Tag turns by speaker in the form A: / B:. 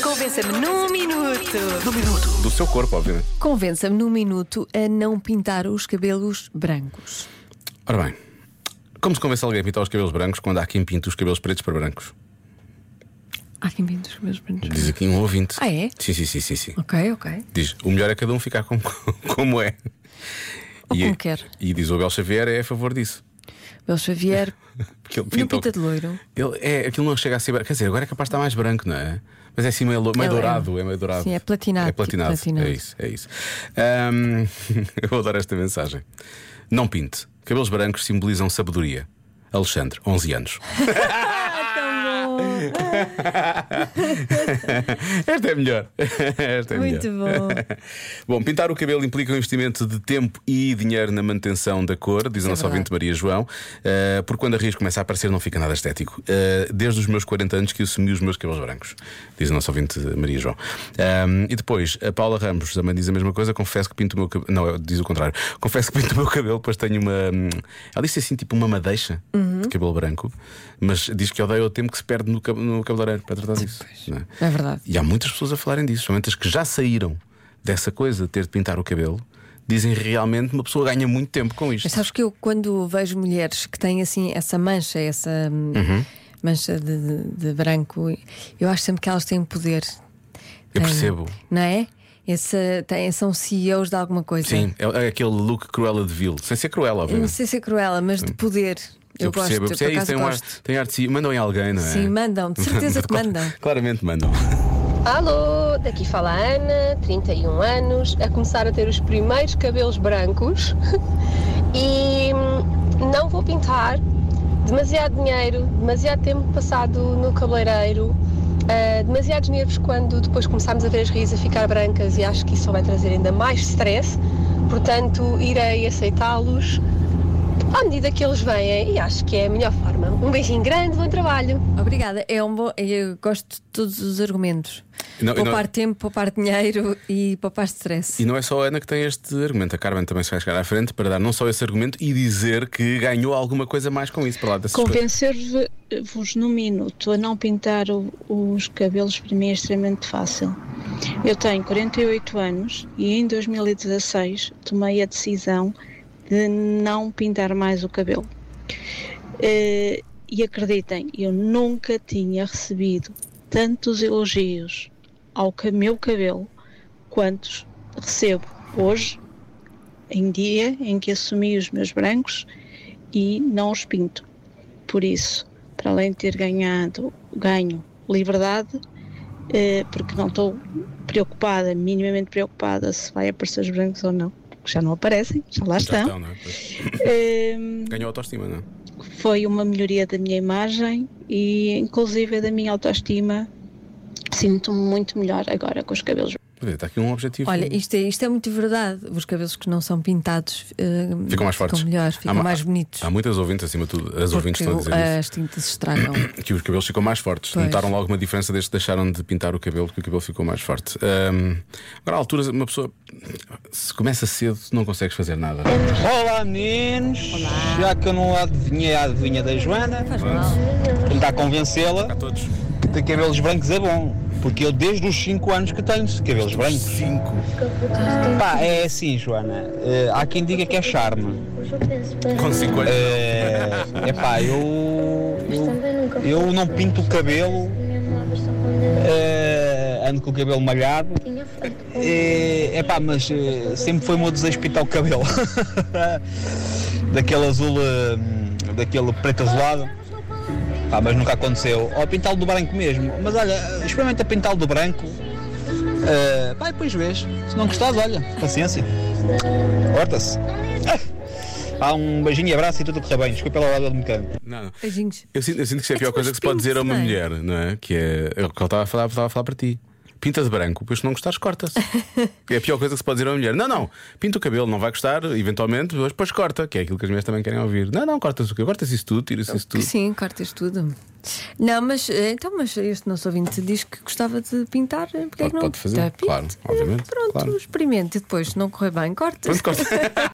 A: Convença-me num minuto.
B: Do seu corpo, obviamente.
A: Convença-me num minuto a não pintar os cabelos brancos.
B: Ora bem, como se convence alguém a pintar os cabelos brancos quando há quem pinta os cabelos pretos para brancos?
A: Há quem pinta os cabelos brancos.
B: Diz aqui um ouvinte.
A: Ah, é?
B: Sim, sim, sim, sim. sim.
A: Ok, ok.
B: Diz: o melhor é cada um ficar como, como é.
A: Ou
B: e, é-
A: como quer.
B: E diz o Abel Xavier é a favor disso.
A: Bel Xavier
B: Porque ele
A: não
B: o-
A: pinta de loiro.
B: Ele, é, aquilo não chega a ser. Quer dizer, agora é capaz de estar mais branco, não é? Mas é assim meio, lo- meio
A: Ele é.
B: dourado, é meio dourado.
A: Sim, é platinado,
B: É platinado.
A: tipo platinado.
B: É isso, é isso. Ahm, eu adoro esta mensagem. Não pinte. Cabelos brancos simbolizam sabedoria. Alexandre, 11 anos.
A: Ah,
B: Esta é melhor. Esta é
A: Muito
B: melhor.
A: bom.
B: Bom, pintar o cabelo implica um investimento de tempo e dinheiro na manutenção da cor, diz a
A: é
B: nossa
A: verdade.
B: ouvinte Maria João, eh, porque quando a raiz começa a aparecer não fica nada estético. Eh, desde os meus 40 anos que eu sumi os meus cabelos brancos, diz a nossa ouvinte Maria João. Ahm, e depois, a Paula Ramos também diz a mesma coisa, confesso que pinto o meu cabelo. Não, diz o contrário. Confesso que pinto o meu cabelo, depois tenho uma. hum, Ela disse assim, tipo uma madeixa
A: Uhum.
B: de cabelo branco, mas diz que odeia o tempo que se perde no, cab- no cabeleireiro para tratar disso. não é?
A: É verdade.
B: E há muitas pessoas a falarem disso, somente as que já saíram dessa coisa de ter de pintar o cabelo, dizem realmente uma pessoa ganha muito tempo com isto.
A: Mas sabes que eu, quando vejo mulheres que têm assim essa mancha, essa hum,
B: Uhum.
A: mancha de, de- de branco, eu acho sempre que elas têm poder.
B: Eu
A: Têm-
B: percebo.
A: Não é? Essa, têm, são CEOs de alguma coisa.
B: Sim, é, é aquele look cruela de vil, sem ser cruela,
A: Eu Não
B: obviamente.
A: sei se é cruela, mas de poder. Eu,
B: percebo,
A: gosto,
B: eu
A: por
B: percebo. É isso,
A: acaso
B: tem, um ar-
A: gosto.
B: tem arte. Mandam em alguém, não é?
A: Sim, mandam, de certeza que mandam.
B: Claramente mandam.
C: Alô, daqui fala a Ana, 31 anos, a começar a ter os primeiros cabelos brancos e hum, não vou pintar. Demasiado dinheiro, demasiado tempo passado no cabeleireiro, ah, demasiados nervos quando depois começarmos a ver as raízes a ficar brancas e acho que isso só vai trazer ainda mais stress. Portanto, irei aceitá-los à medida que eles vêm e acho que é a melhor forma. Um beijinho grande, bom trabalho!
A: Obrigada, é um bom. Eu gosto de todos os argumentos.
B: Não, eu não-
A: poupar tempo, poupar dinheiro e poupar stress.
B: E não é só a Ana que tem este argumento, a Carmen também se vai chegar à frente para dar não só esse argumento e dizer que ganhou alguma coisa mais com isso, para lá dessas coisas.
D: Convencer-vos num minuto a não pintar o- os cabelos para mim é extremamente fácil. Eu tenho 48 anos e em 2016 tomei a decisão de não pintar mais o cabelo. Eh, E acreditem, eu nunca tinha recebido tantos elogios ao ca- meu cabelo quantos recebo hoje, em dia em que assumi os meus brancos e não os pinto. Por isso, para além de ter ganhado, ganho liberdade, eh, porque não estou preocupada, minimamente preocupada se vai aparecer os brancos ou não, porque já não aparecem, já lá
B: Já
D: estão.
B: estão, não é? Pois.
D: Ehm,
B: Ganhou autoestima, não é?
D: foi uma melhoria da minha imagem e inclusive da minha autoestima. Sinto-me muito melhor agora com os cabelos.
B: Quer dizer, Está aqui um objetivo.
A: Olha, isto é, isto é muito verdade. Os cabelos que não são pintados eh,
B: Ficam mais fortes.
A: melhores,
B: Há
A: ficam
B: ma-
A: mais bonitos.
B: Há muitas ouvintes, acima de tudo, as ouvintes
A: Porque
B: estão a dizer isso.
A: as tintas estragam.
B: que os cabelos ficam mais fortes.
A: Pois.
B: Notaram logo uma diferença desde que deixaram de pintar o cabelo, que o cabelo ficou mais forte. Ahm, agora, à altura, uma pessoa se começa cedo, não consegues fazer nada.
E: Olá meninos, já que eu não adivinhei a adivinha da Joana, tentar convencê-la
B: A todos.
E: que cabelos brancos é bom, porque eu desde os 5 anos que tenho cabelos brancos.
B: 5.
E: Pá, é assim Joana, eh, há quem diga que é charme,
B: Com 5 anos.
E: é pá, eu, eu, eu não pinto o cabelo, eh, ando com o cabelo malhado, é pá, mas eh, sempre foi o meu desejo pintar o cabelo. daquele azul, eh, daquele preto azulado. Pá, mas nunca aconteceu. Ou pintá-lo do branco mesmo. Mas olha, experimenta pintá-lo do branco. Eh, pá, e depois vês. Se não gostares, olha, paciência. Horta-se. Ah, um beijinho e abraço e tudo correr bem. Desculpa pela hora do bocado.
B: Não, não.
A: Beijinhos.
B: Eu sinto, eu sinto que isso é a
A: É
B: pior
A: que os
B: coisa que se pode dizer a uma
A: pintos, não
B: mulher, não é? Que é é o que ela estava a falar, estava a falar para ti. Pinta de branco, pois se não gostares, corta-se. é a pior coisa que se pode dizer a uma mulher. Não, não, pinta o cabelo, não vai gostar, eventualmente, mas depois corta, que é aquilo que as mulheres também querem ouvir. Não, não, corta-se o cabelo, corta-se isso tudo, tira-se isso tudo.
A: Sim, cortas tudo. Não, mas eh, então, mas este nosso ouvinte diz que gostava de pintar, eh, porque é que
B: Pode-
A: não
B: pode fazer,
A: Tá, pinta.
B: claro, obviamente,
A: Pronto,
B: claro.
A: experimente e depois, se não correr bem, cortas.
B: Pronto, corta.